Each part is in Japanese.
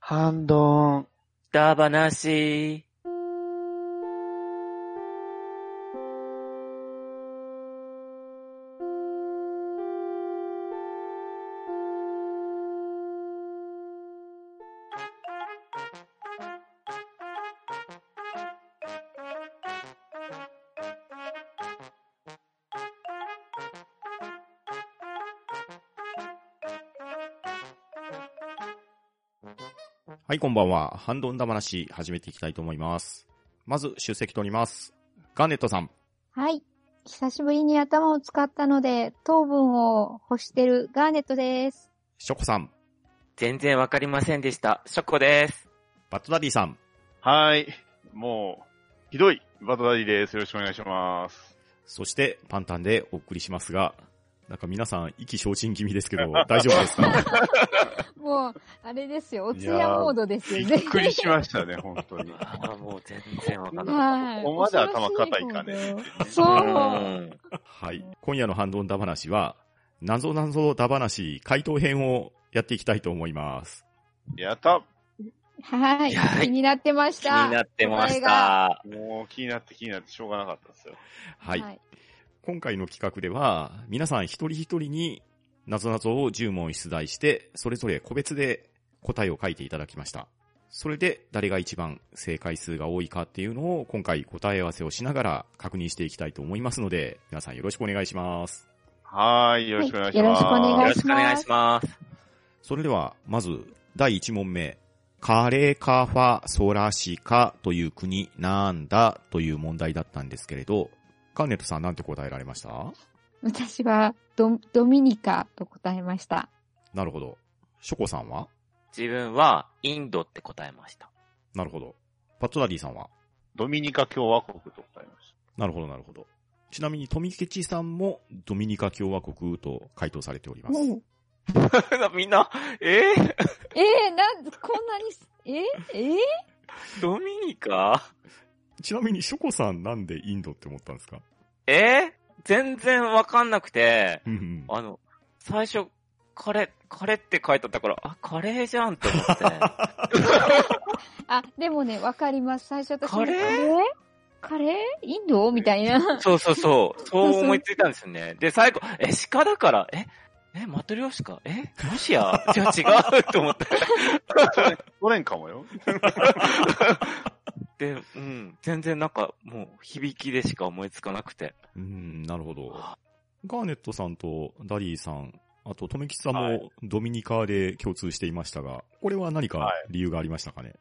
ハンドン。だばなし。はい、こんばんは。ハンドンダ話、始めていきたいと思います。まず、出席取ります。ガーネットさん。はい。久しぶりに頭を使ったので、糖分を欲してるガーネットです。ショコさん。全然わかりませんでした。ショコです。バッドダディさん。はい。もう、ひどい、バトダディです。よろしくお願いします。そして、パンタンでお送りしますが、なんか皆さん、意気消沈気味ですけど、大丈夫ですかもう、あれですよ。おいつやーやモードですびよね。っくりしましたね、本当に。ああ、もう全然わかんない。 はい。ここまで頭固いかね恐ろしいそう。うんはい。今夜のハンドンダ話は、なんぞなんぞダ話、回答編をやっていきたいと思います。やったはいは。い気になってまし気にた。なってま答えしが。た。もう気になって気になってしょうがなかったですよ。はい。今回の企画では、皆さん一人一人に、なぞなぞを10問出題して、それぞれ個別で答えを書いていただきました。それで、誰が一番正解数が多いかっていうのを、今回答え合わせをしながら確認していきたいと思いますので、皆さんよろしくお願いします。はーい、よろしくお願いします。はいよろしくおよ願ろいしくお願いします。それでは、まず、第1問目。カレカファソラシカという国なんだという問題だったんですけれど、カーネットさんなんて答えられました私はド、ドミニカと答えました。なるほど。ショコさんは自分はインドって答えました。なるほど。パットダディさんはドミニカ共和国と答えましなるほど、なるほど。ちなみに、富吉さんもドミニカ共和国と回答されております。 みんな、えー、えー、なんで、こんなに、ええドミニカちなみに、ショコさんなんでインドって思ったんですかえー、全然わかんなくて、うんうん。あの、最初、カレ、カレって書いてあったから、あ、カレーじゃんって思って。あ、でもね、わかります。最初私もカレーカレーインドみたいな。そうそう そう。そう思いついたんですよね。で、最後、え、鹿だから、ええ、マトリョシカえロシアじゃあ違うと思って。 た。ソ連ソ連かもよ。で、うん。全然なんか、もう、響きでしか思いつかなくて。うん、なるほど。ガーネットさんとダリーさん、あと、富吉さんはもいドミニカで共通していましたが、これは何かは理由がありましたかね、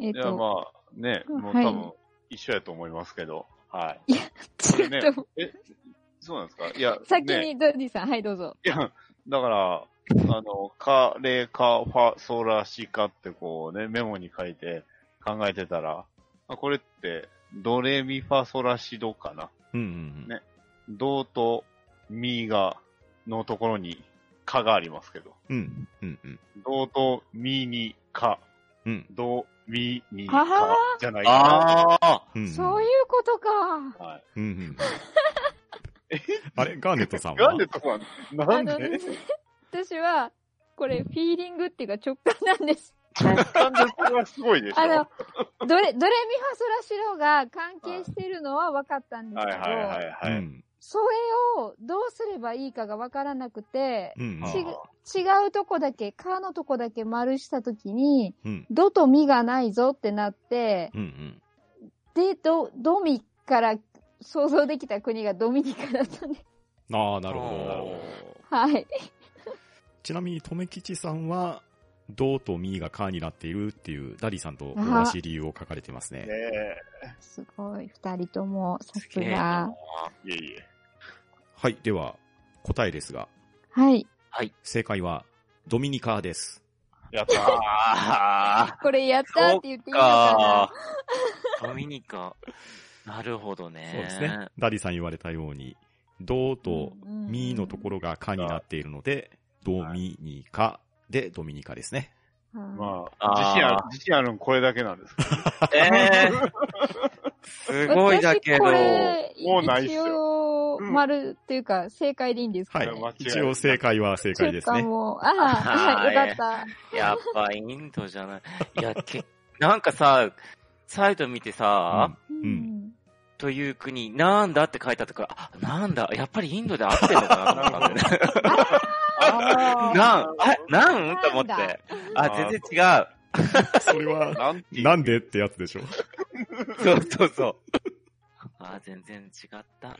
えっいや、と、まあ、ね、もうはい多分、一緒やと思いますけど。はいや、ちょっと、い。え、そうなんですかいや、先ねにドディさん、はい、どうぞ。いや、だから、あの、カレーカファソラシカってこうね、メモに書いて考えてたら、あこれって、ドレミファソラシドかな。うんうんうん。ねドとミが、のところにカがありますけど。うん、うん、うん。ドとミにカ、うん、ドミにあはカじゃないあかあうん。そういうことか。な。はい、うん。うん うん、あれガーネットさんはなんでとか、なあんの で、私は、これ、フィーリングっていうか直感なんです。直感でそれはすごいでしょ。あの、ドレ、ドレミファソラシドが関係してるのは分かったんですはいけはいはど、いはい。うん、それをどうすればいいかが分からなくて、うん、あ違ー違うとこだけ、カのとこだけ丸したときに、うん、ドとミがないぞってなって、うん、うん。で、ド、ドミから想像できた国がドミニカだったんで、ああ、なるほあーなるほ。どはい。ちなみに、とめきちさんは、どうとみーがかになっているっていう、ダリさんと同じ理由を書かれてますねね。え、すごい、二人とも、さすすげえなが。いえいえ。はい、では、答えですが、はい。正解は、ドミニカです。やったー。あこれやったって言っていーいのかかーなドミニカ。なるほどね。そうですね。ダリさん言われたように、どうとみーのところがかになっているので、ドミニカでドミニカですね。ろ。うんまあ、あー自信ある、自信あるのこれだけな んですけど。えー、すごいだけど、私これもうないっすよ一応応、うん丸というか、正解でいいんですかはね。これ間違い。い一応正解は正解です中ね華。も、ああ、はいよかった。やっぱインドじゃない。いや、け、なんかさ、サイト見てさ、うんうんん。という国、なんだって書いてあったから、あ、なんだ、やっぱりインドで合ってんのかなと思ったんだよね。あ ーなん、あ、なんと思っなんだて。あ、全然違う。それは、なんていうなんでってやつでしょ。そうそうそう。あ、全然違った。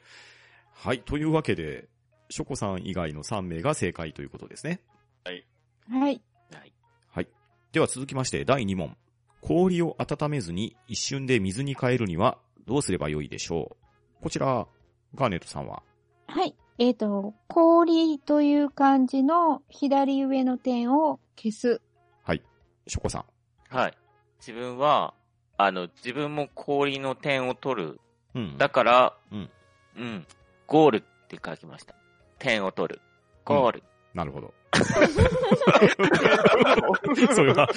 はい。というわけで、ショコさん以外の3名が正解ということですね。はい。はい。はい。では続きまして、第2問。氷を温めずに一瞬で水に変えるにはどうすればよいでしょうこちら、ガーネットさんははい。えっ、と、氷という漢字の左上の点を消す。はい。ショコさん。はい。自分は、あの、自分も氷の点を取る。うんだから、うん。うん。ゴールって書きました。点を取る。ゴール。なる ほど。それは、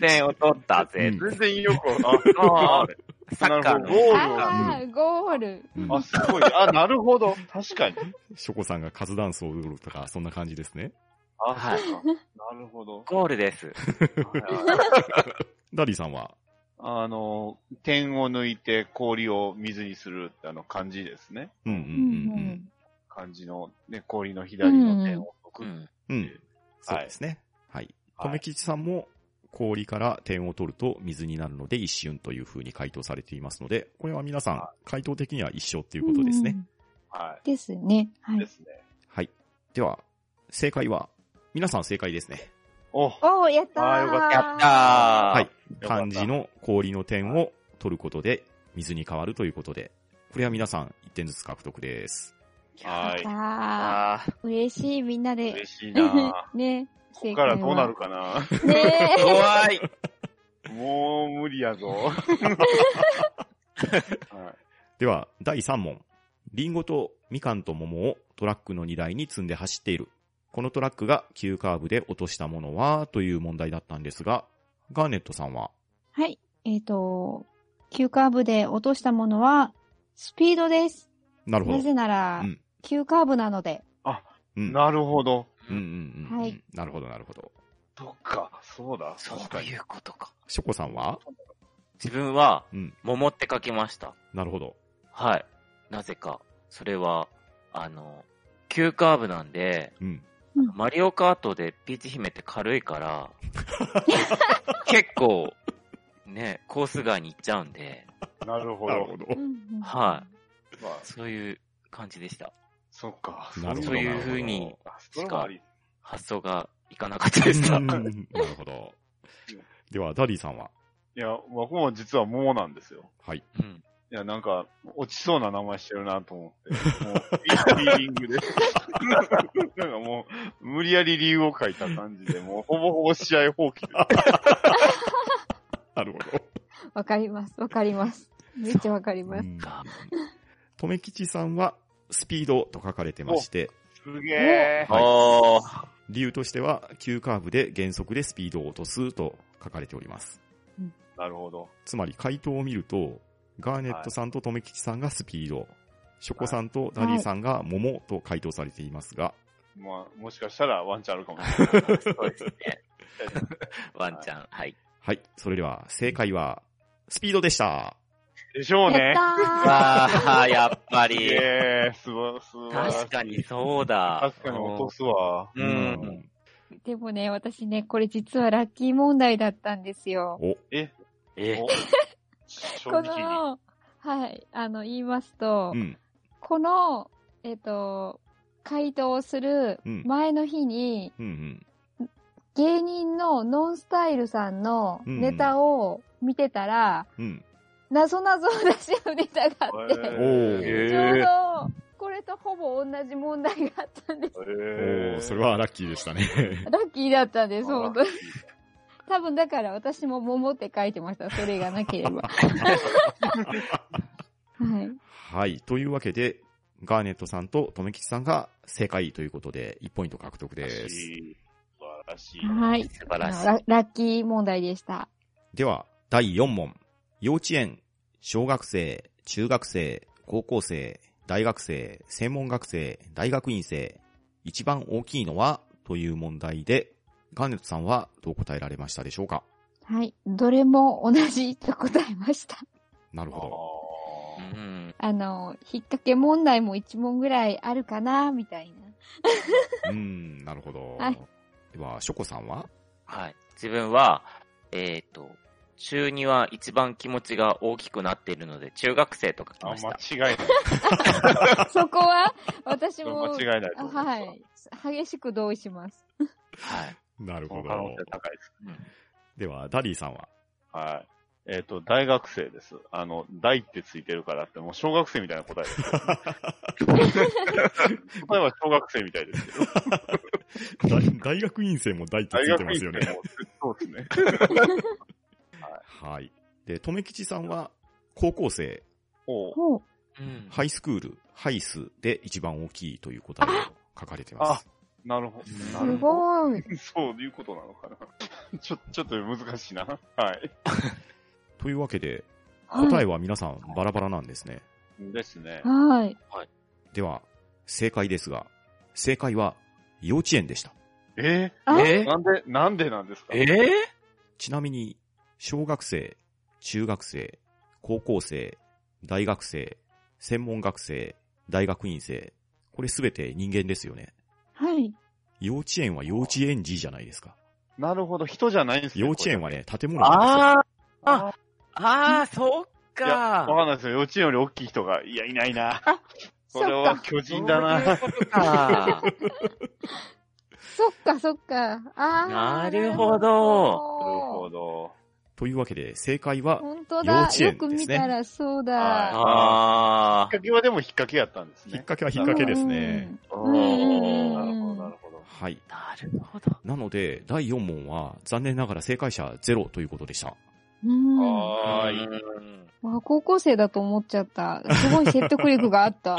点を取ったぜ。うん全然よくああ、 サッカーなるほの。どああ、ゴール。うんあ、すごい。あ、なるほど。確かに。ショコさんがカズダンスを踊るとか、そんな感じですね。あ、はいそうかなるほど。ゴールです。ダディさんは、あの、点を抜いて氷を水にするってあの漢字ですね。うんううんん。漢字の、ね、氷の左の点を抜く。うん。うんうん。うん。そうですね。はい。とめきちさんも、氷から点を取ると水になるので一瞬という風に回答されていますので、これは皆さん、回答的には一緒っていううんことですねう。ん。は。ですね。はいいで。すね。はい。では、正解は、皆さん正解ですね。お、おー、やったー。あーよかったやったー。はいい。漢字の氷の点を取ることで、水に変わるということで、これは皆さん1点ずつ獲得です。やはったい。ー。あー嬉しい、みんなで。嬉しいなぁね。こ正こからどうなるかなねえ。怖い。もう無理やぞ。 はいでは、第3問。リンゴとみかんと桃をトラックの荷台に積んで走っている。このトラックが急カーブで落としたものはという問題だったんですが、ガーネットさんは、はい。えっ、と、急カーブで落としたものは、スピードです。なるほなど。ぜなら、うん急カーブなので。うん。なるほど。うんうんうんうん。はいなるほど、なるほど。そっか、そうだ。確そうかにい。うことか。ショコさんは自分は、うん。桃って書きました。なるほど。はい。なぜか。それは、あの、急カーブなんで、うん。マリオカートでピーチ姫って軽い から、結構、ね、コース外に行っちゃうんで、なるほなるどほ。ど。はまあ、そういう感じでした。そっか。なるほどそういうふうなるにほあそれもあり。発想がいかなかったでしたう。ん なるほど。では、ダディさんはいや、僕も実は桃なんですよ。はい。うんいや、なんか、落ちそうな名前してるなと思って。もう、いい フィーリングで。なんかもう、無理やり理由を書いた感じで、もう、ほぼほぼ試合放棄でなるほど。わかります。わかります。めっちゃわかります。かとめきちさんは、スピードと書かれてまして、す。すげえ。はいおー理由としては、急カーブで減速でスピードを落とすと書かれております。なるほど。つまり回答を見ると、ガーネットさんととめきちさんがスピード、ショコさんとダディさんが桃と回答されていますが、まあ、もしかしたらワンチャンあるかもしそう ですね。ワンちゃん、はい。はい。それでは、正解は、スピードでした。れない。でしょうやっねた。ああ、やっぱすりげ。え。すご、すごい。確かにそうだ。確かに落とすわ。うん。ーでもね、私ね、これ実はラッキー問題だったんですよ。お、え、えお、 正こ直に。の、はい、あの、言いますと、うん。この、えっ、と、回答をするうん前の日に、うんうん。芸人のノンスタイルさんのネタを見てたら、うん。なぞなぞを出し合うネタがあって、えおーえーちょうど、これとほぼ同じ問題があったんです。えおーそれはラッキーでしたね。ラッキーだったんです、本当に。に。多分だから私も桃って書いてました、それがなけ れば。はい。はい。というわけで、ガーネットさんととめきちさんが正解ということで、1ポイント獲得です。素晴らしい。はい。素晴らしいあのララッキー問題でした。では、第4問。幼稚園、小学生、中学生、高校生、大学生、専門学生、大学院生、一番大きいのはという問題で、ガーネットさんはどう答えられましたでしょうかはい。どれも同じと答えました。なるあほうーん。あの、引っ掛け問題も一問ぐらいあるかな、みたいど。うーな。ん、なるほど。はいでは、ショコさんははい。自分は、えっ、と、中2は一番気持ちが大きくなっているので、中学生と書きあました。間違いない。そこは、私も、間違いないとあ思います。はい。激しく同意します。はい。なるその可能性高いです。うんでは、ダディさんははい。えっ、と、大学生です。あの、大ってついてるからって、もう小学生みたいな答 えですよ。答えは小学生みたいですけど。大 大学院生も大って大つい学てま院す生よもね。、そうですね。はい。で、とめきちさんは、高校生、ほう。ほう。うん。ハイスクール、ハイスで一番大きいという答えを書かれてます。なるほすど。なするほど。ごい。そういうことなのかな。 ちょ、ちょっと難しいな。はい。というわけで、はい答えは皆さんバラバラなんですね。ですね。はい。では、正解ですが、正解は幼稚園でした。えあー、えなんで、なんでなんですかえーちなみに、小学生、中学生、高校生、大学生、専門学生、大学院生、これすべて人間ですよね。はい。幼稚園は幼稚園児じゃないですか。なるほど。人じゃないんですね幼稚園はね、建物なあんー、これああー、そっーいや、わか。かんないですよ。幼稚園より大きい人が、いや、いないな。それそっはか、巨人そだういな。うことか。そっか、そっか。あーなるほどなるほ。ど。です。というわけで、正解は、本当幼だ稚。園よく見ですたねらそうはいだ。あきっかけはでも引っ掛けやったんです引っね。掛けは引っ掛けですね。ー。うんうんなうんるうんほど、なるほど。はい。なるほど。なので、第4問は、残念ながら正解者ゼロということでした。うん。はーい。うんわ高校生だと思っちゃった。すごい説得力があった。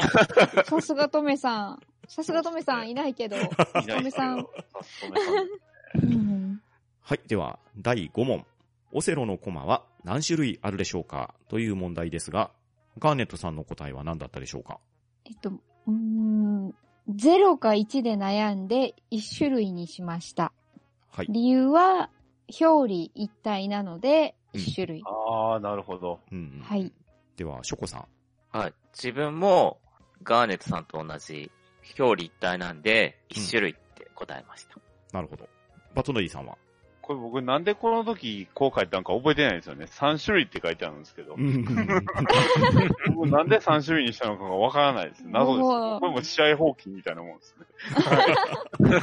さすがとめさん。さすがとめさんいないけど。いないですけどトメさん。トメさんうんはい。では、第5問。オセロのコマは何種類あるでしょうかという問題ですが、ガーネットさんの答えは何だったでしょうかえっと、うーん、0か1で悩んで1種類にしました。はい。理由は、表裏一体なのでうん1種類。ああ、なるほど。うんうんはい。では、ショコさん。はい。自分も、ガーネットさんと同じ、表裏一体なんで、一種類って答えました。なるほど。バトノリーさんはこれ僕なんでこの時こう書いたのか覚えてないんですよね。3種類って書いてあるんですけど。僕なんで3種類にしたのかがわからないです。謎です。おーこれも試合放棄みたいなもんですね。ちょっ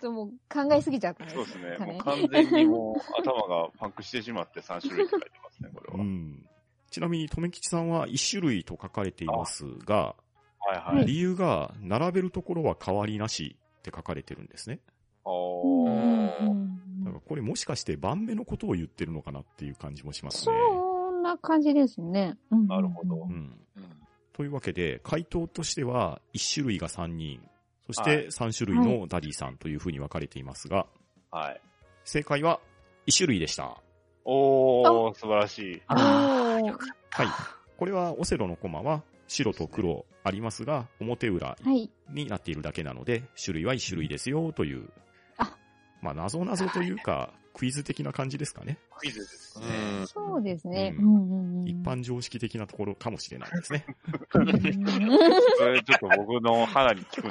ともう考えすぎちゃったね。そうですね。はいもう完全にもう頭がパンクしてしまって3種類って書いてますね、これ うは。んちなみに、とめきちさんは1種類と書かれていますが、はいはい。理由が、並べるところは変わりなしって書かれてるんですね。おうんー。うんうだんからこれもしかして盤目のことを言ってるのかなっていう感じもしますね。そんな感じですね。うんなるほどうんうんというわけで、回答としては、1種類が3人、そしはいて3種類のダディさんというふうに分かれていますが、はい。正解は1種類でした。おー、素晴らしい。あおーー、よかった。はいこれはオセロのコマは白と黒ありますが、表裏はい。になっているだけなので、種類は1種類ですよというあ、まあ、謎謎というか、クイズ的な感じですかね。クイズですね。うんそうですね。ううんんうんうん一般常識的なところかもしれない ですね。うんそれちょっと僕の腹に効くんで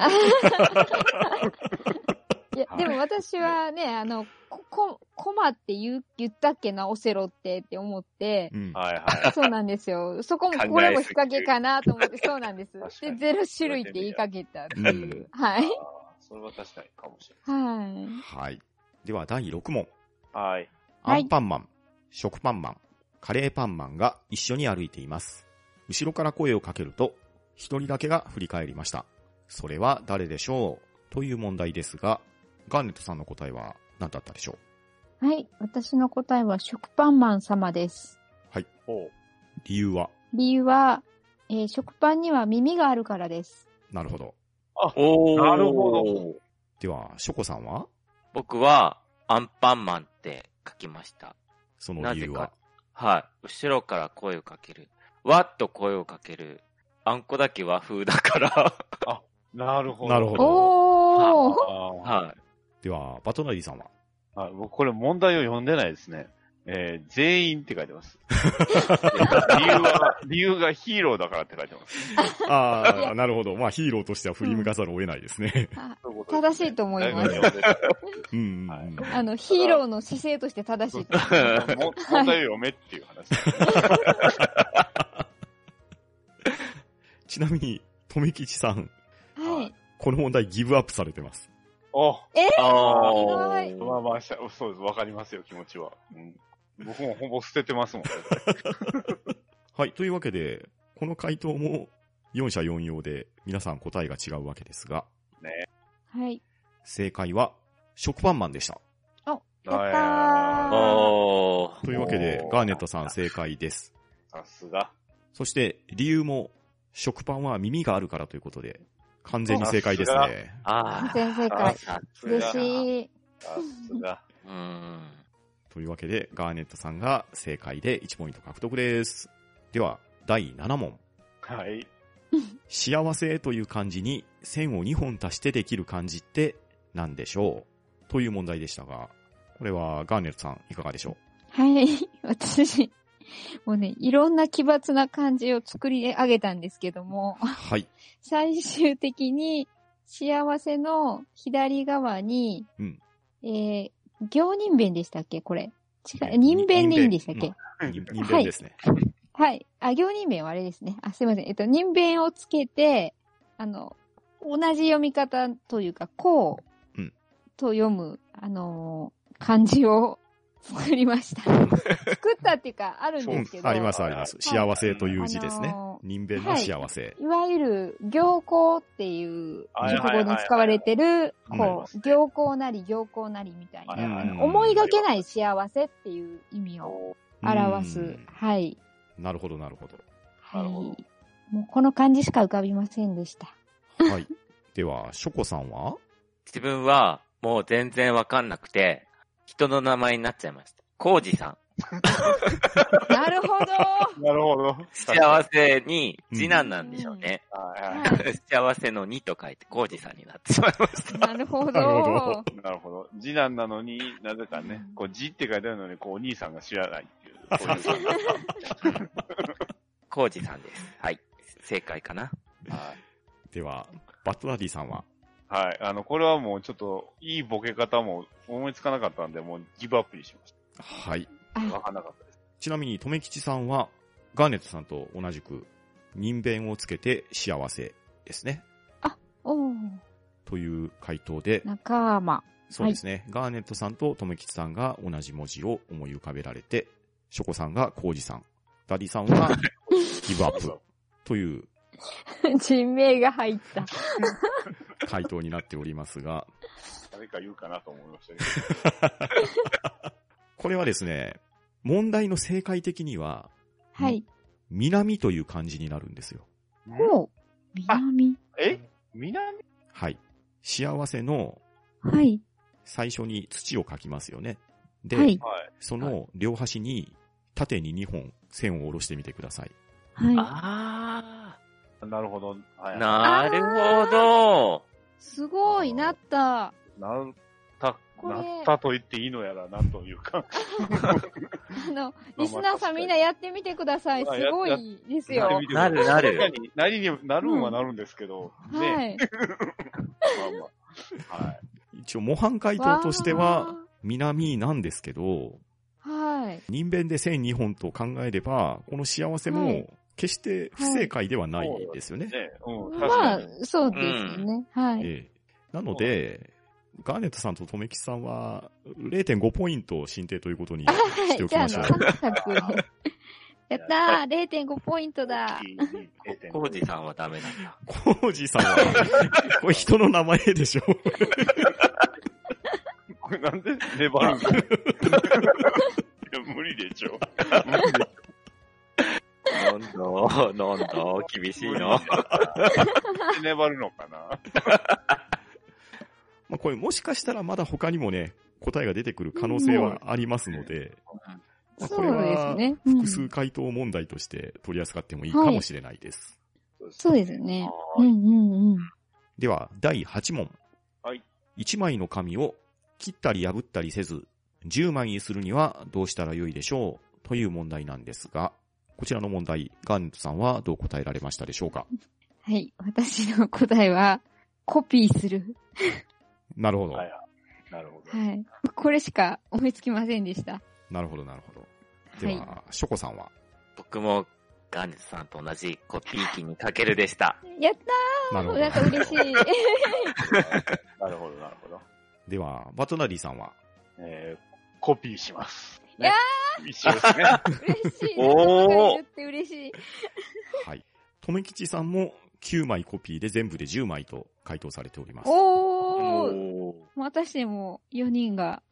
すいや、でも私はね、あの、こ、こ、コマって言う、言ったっけな、オセロってって思って、うんはいはい。 そうなんですよ。そこも、考えすぎこれも引っ掛けかなと思 って、そうなんです確。かで、にゼロ種類って言いかけたってういんう。はい。それは確かにかもしれははい。では、第6問。ない。はい。アはいンパンマン、食パンマン、カレーパンマンが一緒に歩いています。後ろから声をかけると、一人だけが振り返りました。それは誰でしょうという問題ですが、ガーネットさんの答えは何だったでしょい。はい。私の答えは、食パンマン様です。ほう。う理由は理由は、えー食パンには耳があるからです。なるほど。おーなるほど。では、ショコさんは僕は、アンパンマンって書きました。その理由なはぜはい。後ろから声をかける。わっと声をかける。あんこだけ和風だから、なるほど。なるほどおーあはでは、バトナリーさんはーはい僕これ問題を読んでないですね。えー全員って書いて ます。理由は、理由がヒーローだからって書いてま す。ああ、なるほど。まあヒーローとしては振り向かざるを得ないですね。そういうことで正すしねいと思いまだす。いぶ読んでたうんうんうん。はいあの、ヒーローの姿勢として正しいと思います。 も問題を読めっていう話。 ちなみに、とめきちさん、はい。この問題ギブアップされてます。あ、い。ーはいまあまあ、しゃそうです。わかりますよ、気持ちは。うん僕もほぼ捨ててますもん。はい。というわけで、この回答も4者4用で皆さん答えが違うわけですが、はい。正解は食パンマンでした。やったーおー。というわけでお、ーガーネットさん正解です。さすが。そして、理由も、食パンは耳があるからということで、完全に正解ですおさね。あ全正あ解。さす嬉が。しい。さすが。うーん。というわけで、ガーネットさんが正解で1ポイント獲得です。では、第7問。はい。幸せという漢字に線を2本足してできる漢字って何でしょうという問題でしたが、これはガーネットさんいかがでしょはい。私、もうね、いろんな奇抜な漢字を作り上げたんですけども、うはい。最終的に、幸せの左側に、うんえー、行人弁でしたっけこれ。違う、に人弁でいいんでしたっけ人人人弁ですね。はい。あ、行人弁はあれですね。あ、すいません。えっと、人弁をつけて、あの、同じ読み方というか、こう、うんと読む、あのー漢 字を作りました。作ったっていうか、あるんうでんすけ、ど。ありますあります。はい幸せという字ですあね。の人弁の幸せ。ーいわゆる、行行っていうはい熟語に使われてる、はいはいはいはこいうんう、行行なり行行なりみたいはいはいな、はいうん思いがけない幸せっていう意味をお表うすん。はい。なるほど、なるほど。は。ないるほどもうこの漢字しか浮かびませんで した。はい。 では、ショコさんは自分は、もう全然わかんなくて、人の名前になっちゃいました。コウジさん。なるほどなるほど。幸せに、次男なんでしょうね。ははい 幸せの2と書いて、コウジさんになってしまいました。 なるほなるほど。い。なるほど。次男なのに、なぜかね、こう、字って書いてあるのに、こう、お兄さんが知らないってい う。そういうコウジさんです。はい。正解かな。はいでは、バットダディさんははい。あの、これはもうちょっと、いいボケ方も思いつかなかったんで、もうギブアップにしましはい。た。わあ、かんなかったです。ちなみに、とめきちさんは、ガーネットさんと同じく、人弁をつけて幸せですね。おーという回答で、仲間。 そうですね。ガーネットさんととめきちさんが同じ文字を思い浮かべられて、ショコさんがコウジさん、ダディさん はギブアップという人名が入った。回答になっておりますが、誰か言うかなと思いましたけど。これはですね、問題の正解的には、はい。南という漢字になるんですよ。おう。南。 え南はい。幸せのはい。最初に土を書きますよね。で、はい。はい。その両端に縦に2本線を下ろしてみてください。はい。あなるほど。はあ、い。なるほど。すごい、なった。なった、これなったと言っていいのやら、なんというか。あの、 リスナーさんみんなやってみてください。すまあやごいですやってよみ。てなるな確かる。に、なりに、なるんはなるんですけど、はね。い。まあまあ。はい。一応模範回答としてわは、南なんですけど、はい。人弁で線2本と考えれば、この幸せはもい決して不正解ではないですよね。ね、うん、確まかあに。、そうですね。はい。ええなので、ガーネットさんととめきちさんは0.5ポイント進呈ということにはしてい。おじきゃあ、ましょう。三角で。やったー !0.5 ポイントだ。コウジさんはダメなんだ。コウジさん は、これ人の名前でしょ。これ なんで粘るんだいや、 無理でしょ。なんだ、なんだ、厳しいの。粘るのかなまあこれもしかしたらまだ他にもね、答えが出てくる可能性はありますので、まあそこれうではすね。うん複数回答問題として取り扱ってもいいかもしれないです。そうことですそうですよね。うはんいうんうん。では、第8問。はい。 1枚の紙を切ったり破ったりせず、10枚にするにはどうしたらよいでしょうという問題なんですが、こちらの問題、ガンさんはどう答えられましたでしょうかはい。私の答えは、コピーする。なるほど。はいはい。なるほど。はい。これしか思いつきませんでした。なるほど、なるほど。はでい。は、ショコさんは僕もガンズさんと同じコピー機にかけるでした。やったなーるほなんかど。嬉しい。なるほど、なるほど。では、バトナリーさんはえー、コピーします。いやー一緒ですね。 嬉しい。おーなんか言って嬉しい。はい。とめきちさんも9枚コピーで全部で10枚と回答されております。おーおーまたしても4人が、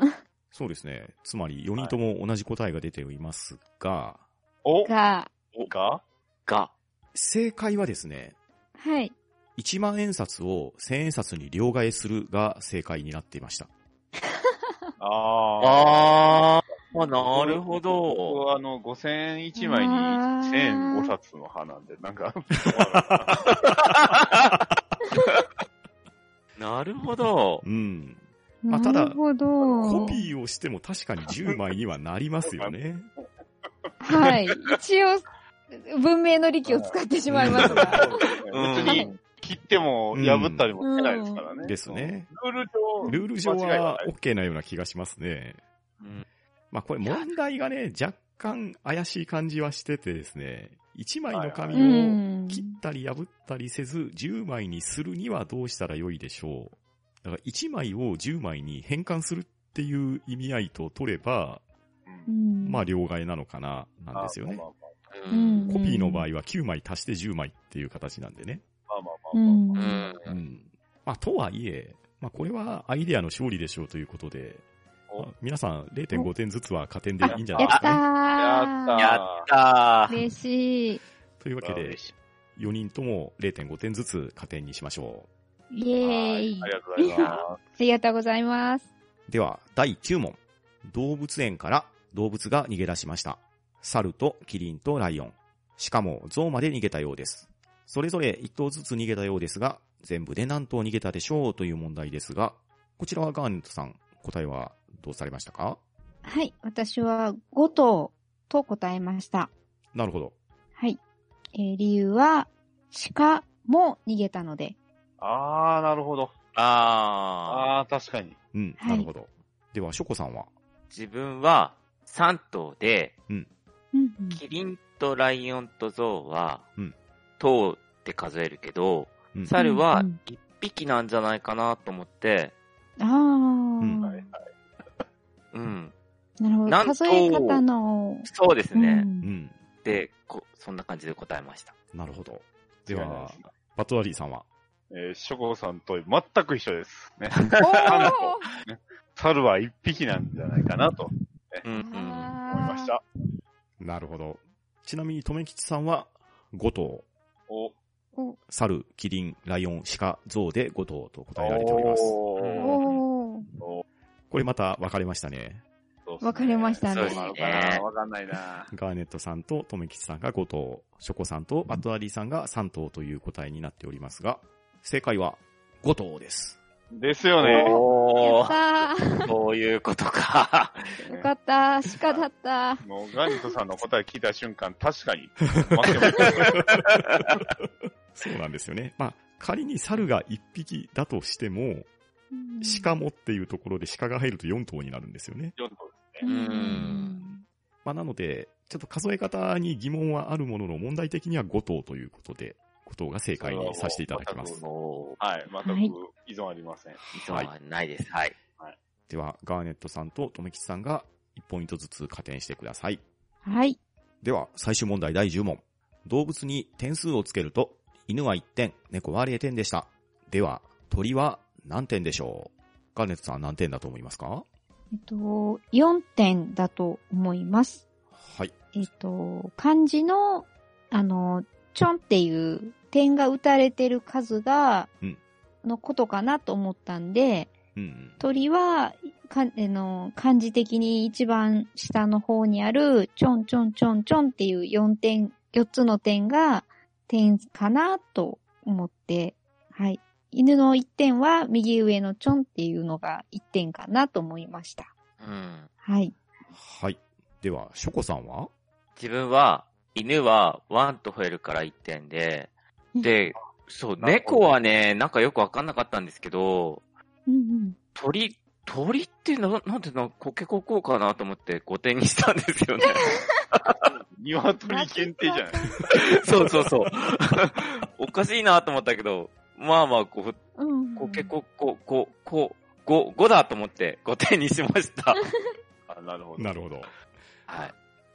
そうですね。つまり4人とも同じ答えが出ておりますが、おが、がが、正解はですね、はい。 1万円札を1000円札に両替するが正解になっていました。あー。あー、あなるほ僕ど。はあの、5000円1枚にあー1000円5冊の派なんで、な んか、なるほど。うん。まあただなるほど。コピーをしても確かに10枚にはなりますよね。はい。一応、文明の利器を使ってしまいますが。 うん別に切っても破ったりもしてないですからね。ですね。ルール上、ルール上間違いはない OK なような気がしますね。うんまあこれ問題がね、若干怪しい感じはしててですね、1枚の紙うをん。切ったり破ったりせず、10枚にするにはどうしたらよいでしょう。だから1枚を10枚に変換するっていう意味合いと取れば、うんうんまあ両替なのかな、なんですよねま。あう。うんんコピーの場合は9枚足して10枚っていう形なんでね。まあまあうまあまあまあまあん。うんう。ん。まあとはいえ、まあこれはアイデアの勝利でしょうということで、おまあ皆さん0.5点ずつは加点でいいんじゃなやいっですかたね。ー。やったやったー。嬉しい。というわけあで嬉、しい4人とも0.5点ずつ加点にしましょイエーイ。はあいありがとうございまりがとうございます。う。では、第9問。動物園から動物が逃げ出しました。猿とキリンとライオン。しかも象まで逃げたようです。それぞれ1頭ずつ逃げたようですが、全部で何頭逃げたでしょうという問題ですが、こちらはガーネットさん、答えはどうされましたかはい。私は5頭と答えました。なるほど。はい。えー理由は、鹿も逃げたので。す。あー、なるほど。あー。あー、確かに。うん、はないるほど。では、ショコさんは自分は3頭で、うんうんキリンとライオンとゾウはうん、頭って数えるけど、うん猿はうん1匹なんじゃないかなと思って、ああ、んはいうん。なるほなんど。と数え方の。そうですね。うん うん、で、こそんな感じで答えました。なるほど。で違いないはす、バトラリーさんはえー、ショコさんと全く一緒です。ね。おーなんと猿は一匹なんじゃないかなとうんうん。あー思いました。なるほど。ちなみに、とめきちさんは5頭。お、猿、キリン、ライオン、鹿、象で5頭と答えられております。おーおーこれまた分かれましたね。そうっすね分かれましたね。そうですどうなのねかなわかんないな。ガーネットさんととめきちさんが5頭、ショコさんとバトラリーさんが3頭という答えになっておりますが、正解は5頭です。ですよね。やおったー、そういうことか。ー。 よかった。鹿だった。もうガニトさんの答え聞いた瞬間、確かに。待ってましたそうなんですよね。まあ、仮に猿が1匹だとしても、うん鹿。もっていうところで鹿が入ると4頭になるんですよね。ちょっとうんうんまあ、なので、ちょっと数え方に疑問はあるものの、問題的には5頭ということで、5頭が正解に させていただきまそすれ。おー、はい、全く依存ありません。以上はないです。はい。では、ガーネットさんととめきちさんが1ポイントずつ加点してください。はい。では、最終問題第10問。動物に点数をつけると、犬は1点、猫は0点でした。では、鳥は何点でしょうガーネットさん何点だと思いますかえっと、4点だと思います。はい。えっと、漢字の、あの、ちょんっていう点が打たれてる数がうん、のことかなと思ったんで、うんうん。鳥は、かあの漢字的に一番下の方にある、ちょんちょんちょんちょんっていう4点、4つの点が、点かなと思って、はい。犬の1点は右上のチョンっていうのが1点かなと思いました。うん。はい。はい。では、ショコさんは自分は、犬はワンと増えるから1点で、で、そう、なるほ猫どはね、なんかよくわかんなかったんですけど、うんうん。鳥、鳥ってな、なんてな、コケコこうかなと思って5点にしたんですよね。 鶏限定じゃないそうそうそう。おかしいなと思ったけど、まあまあ、こう、うん。こけこ、こ、こ、こ、5、5だと思って5点にしました。あなるほど。なるほど。はい。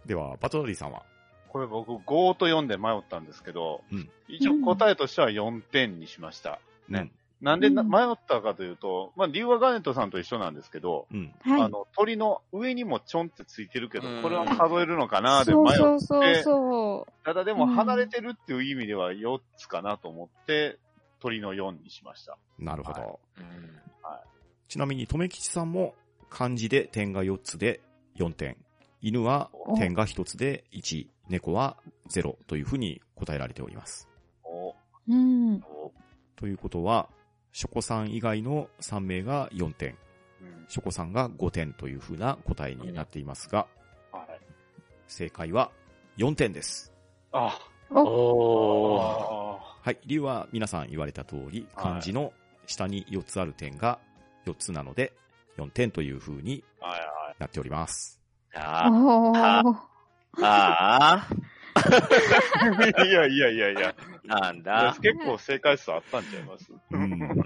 では、バトドリーさんはこれ僕5と4で迷ったんですけど、うん一応答えとしては4点にしました。ね。なんでなうん迷ったかというと、まあ理由はガーネットさんと一緒なんですけど、うん。はい。あの鳥の上にもちょんってついてるけどうん、これは数えるのかなでそう迷っそうそうそただでうもん離れてるっていう意味では4つかなと思って、鳥の4にしました。なるほど。はうんちなみに、とめきちさんも漢字で点が4つで4点。犬は点が1つで1、猫は0というふうに答えられております。おう。うん。おということは、ショコさん以外の3名が4点、うんショコさんが5点というふうな答えになっていますが、はい、正解は4点です。あおー。あはい。理由は皆さん言われた通り、はい漢字の下に4つある点が4つなので、4点という風にー、はいはい。なっております。あーおあー。あいやいやいやいや。ー、なんだ。結構正解数あったんちゃいますうんあの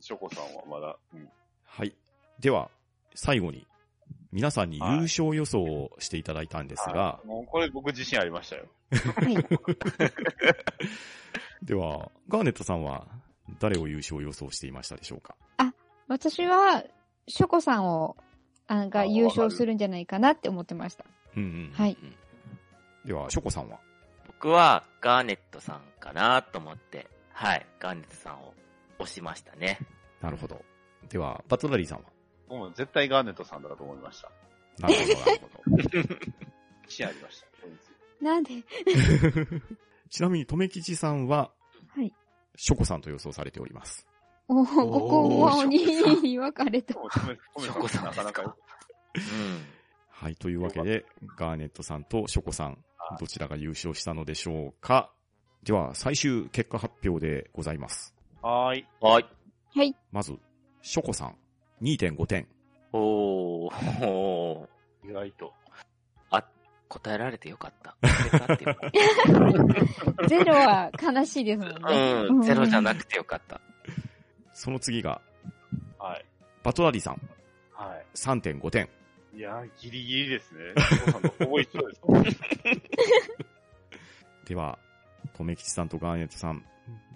ショコさんはまだ。うんはい。では、最後に、皆さんに優勝予想をしていただいたんですがは、いもうこれ僕自信ありましたよ。 はい。 では、ガーネットさんは、誰を優勝予想していましたでしょうか私は、ショコさんを、あがあ優わ勝かるするんじゃないかなって思ってました。うんうん。はい。では、ショコさんは僕はガーネットさんかなと思って、はい、ガーネットさんを押しましたね。なるほど。では、バトラリーさんは僕も絶対ガーネットさんだと思いました。なるほど、なるほど。自信ありました。こいつなんでちなみに、とめきちさんは、はい。ショコさんと予想されております。おー、ここはショコさん鬼に分かれたで。も止めショ止めコさんなですかなかか。うはい。というわけで、ガーネットさんとショコさん、どちらが優勝したのでしょうかでは、最終結果発表でございます。はーい。ん。はい。はい。まず、ショコさん、2.5点。おー、おー意外と。あ、答えられてよかった。正解っていうかゼロは悲しいですもんね。うん、ゼロじゃなて。くてよかった。その次が、はい。バトラリさん、は3.5点。い。いやー、ギリギリですね。ショコさんのほぼ一緒ですもんでは、とめきちさんとガーネットさん、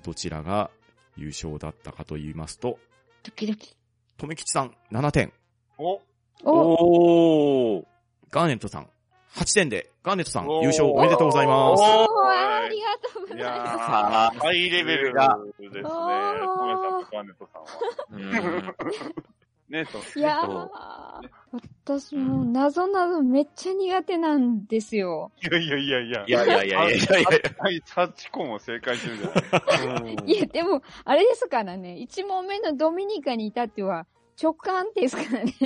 どちらが優勝だったかと言いますと、ドキドキ。とめきちさん、7点。おおおー。ガーネットさん、8点で、ガーネットさん、おー優勝おめでとうございます。おおーありがとうございいやまー、ハイレベルですね。トメさんとガーネットさんは。うんね、と。す。いえやー、私も謎々めっちゃ苦手なんですよ。いやいやいやいや。いやいやいやいやいやいはい、タッチコも正解するじゃない いや、でも、あれですからね、一問目のドミニカに至っては直感ですからね。い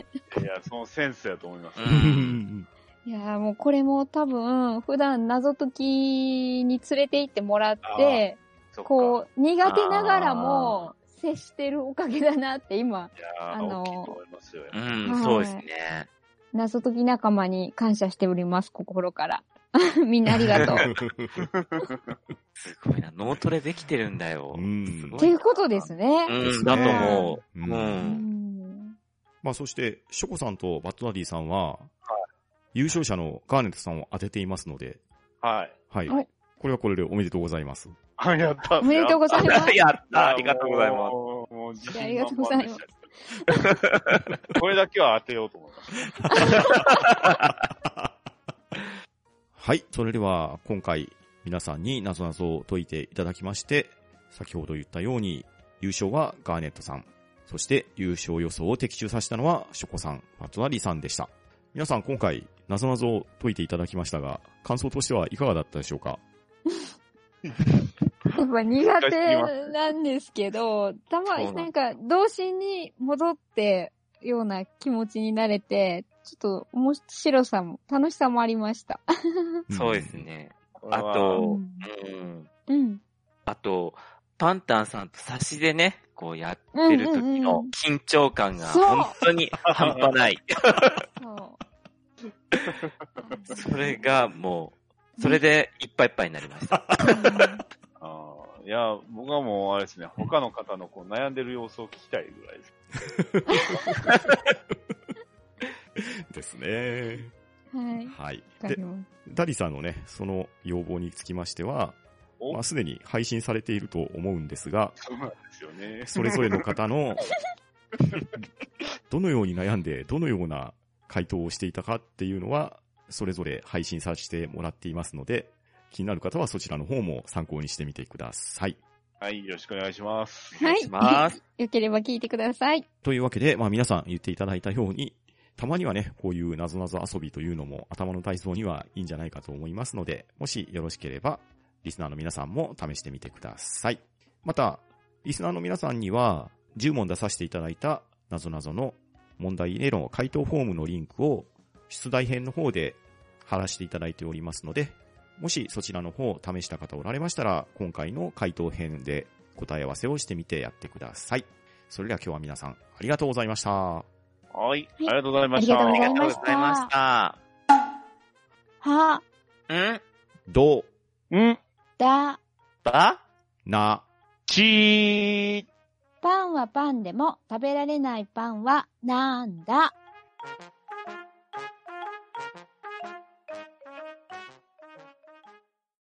や、そのセンスやと思います。う。うんいやーもうこれも多分、普段謎解きに連れて行ってもらって、こう、苦手ながらも接してるおかげだなって今、う、いやあー、のー大きいと思いますよ。うん、そうですね。謎解き仲間に感謝しております、心から。みんなありがとう。すごいな。脳トレできてるんだよ。うんすごっていいなうことですね。うすねん、だと思う。うんうん。まあそして、ショコさんとバトラリーさんは、優勝者のガーネットさんを当てていますので、はい。はい。はいこれはこれでおめでとうございます。あ、やった。おめでとうございます。やったありがとうございます。もうもう自いやありがとう信満ござ々いでましす た。これだけは当てようと思います。はい。それでは、今回、皆さんに謎々を解いていただきまして、先ほど言ったように、優勝はガーネットさん。そして、優勝予想を的中させたのは、ショコさん、マトナリさんでした。皆さん、今回、謎々を解いていただきましたが、感想としてはいかがだったでしょうかやっぱ苦手なんですけど、たまそうなにんなんか、童心に戻ってような気持ちになれて、ちょっと面白さも、楽しさもありました。そうです。ね。あとう。そうんうん。うん。あと、パンタンさんと差しでね、こうやってる時の緊張感がそう本当に半端ない。そう それ、がもう、それでいっぱいいっぱいになりました。うあーいや、僕はもう、あれですね、他の方のこう悩んでる様子を聞きたいぐらいです。ですね。ん。はい。はい。わかでり、ますダリさんのね、その要望につきましては、おまあ、すでに配信されていると思うんですが、そうなんですよね。それぞれの方の、 どのように悩んで、どのような回答をしていたかっていうのは、それぞれ配信させてもらっていますので、気になる方はそちらの方も参考にしてみてください。はい、よろしくお願いします。お願いします。よければ聞いてください。というわけで、まあ皆さん言っていただいたように、たまにはね、こういう謎々遊びというのも頭の体操にはいいんじゃないかと思いますので、もしよろしければ、リスナーの皆さんも試してみてください。また、リスナーの皆さんには、10問出させていただいた謎々の問題への回答フォームのリンクを、出題編の方で貼らせていただいておりますので、もしそちらの方を試した方おられましたら、今回の回答編で答え合わせをしてみてやってください。それでは今日は皆さんありがとうございました。はい、ありがとうございましあた。りがありがとうございました。は、んど、ん、だ、ばな、ちーパンはパンでも食べられないパンはなんだ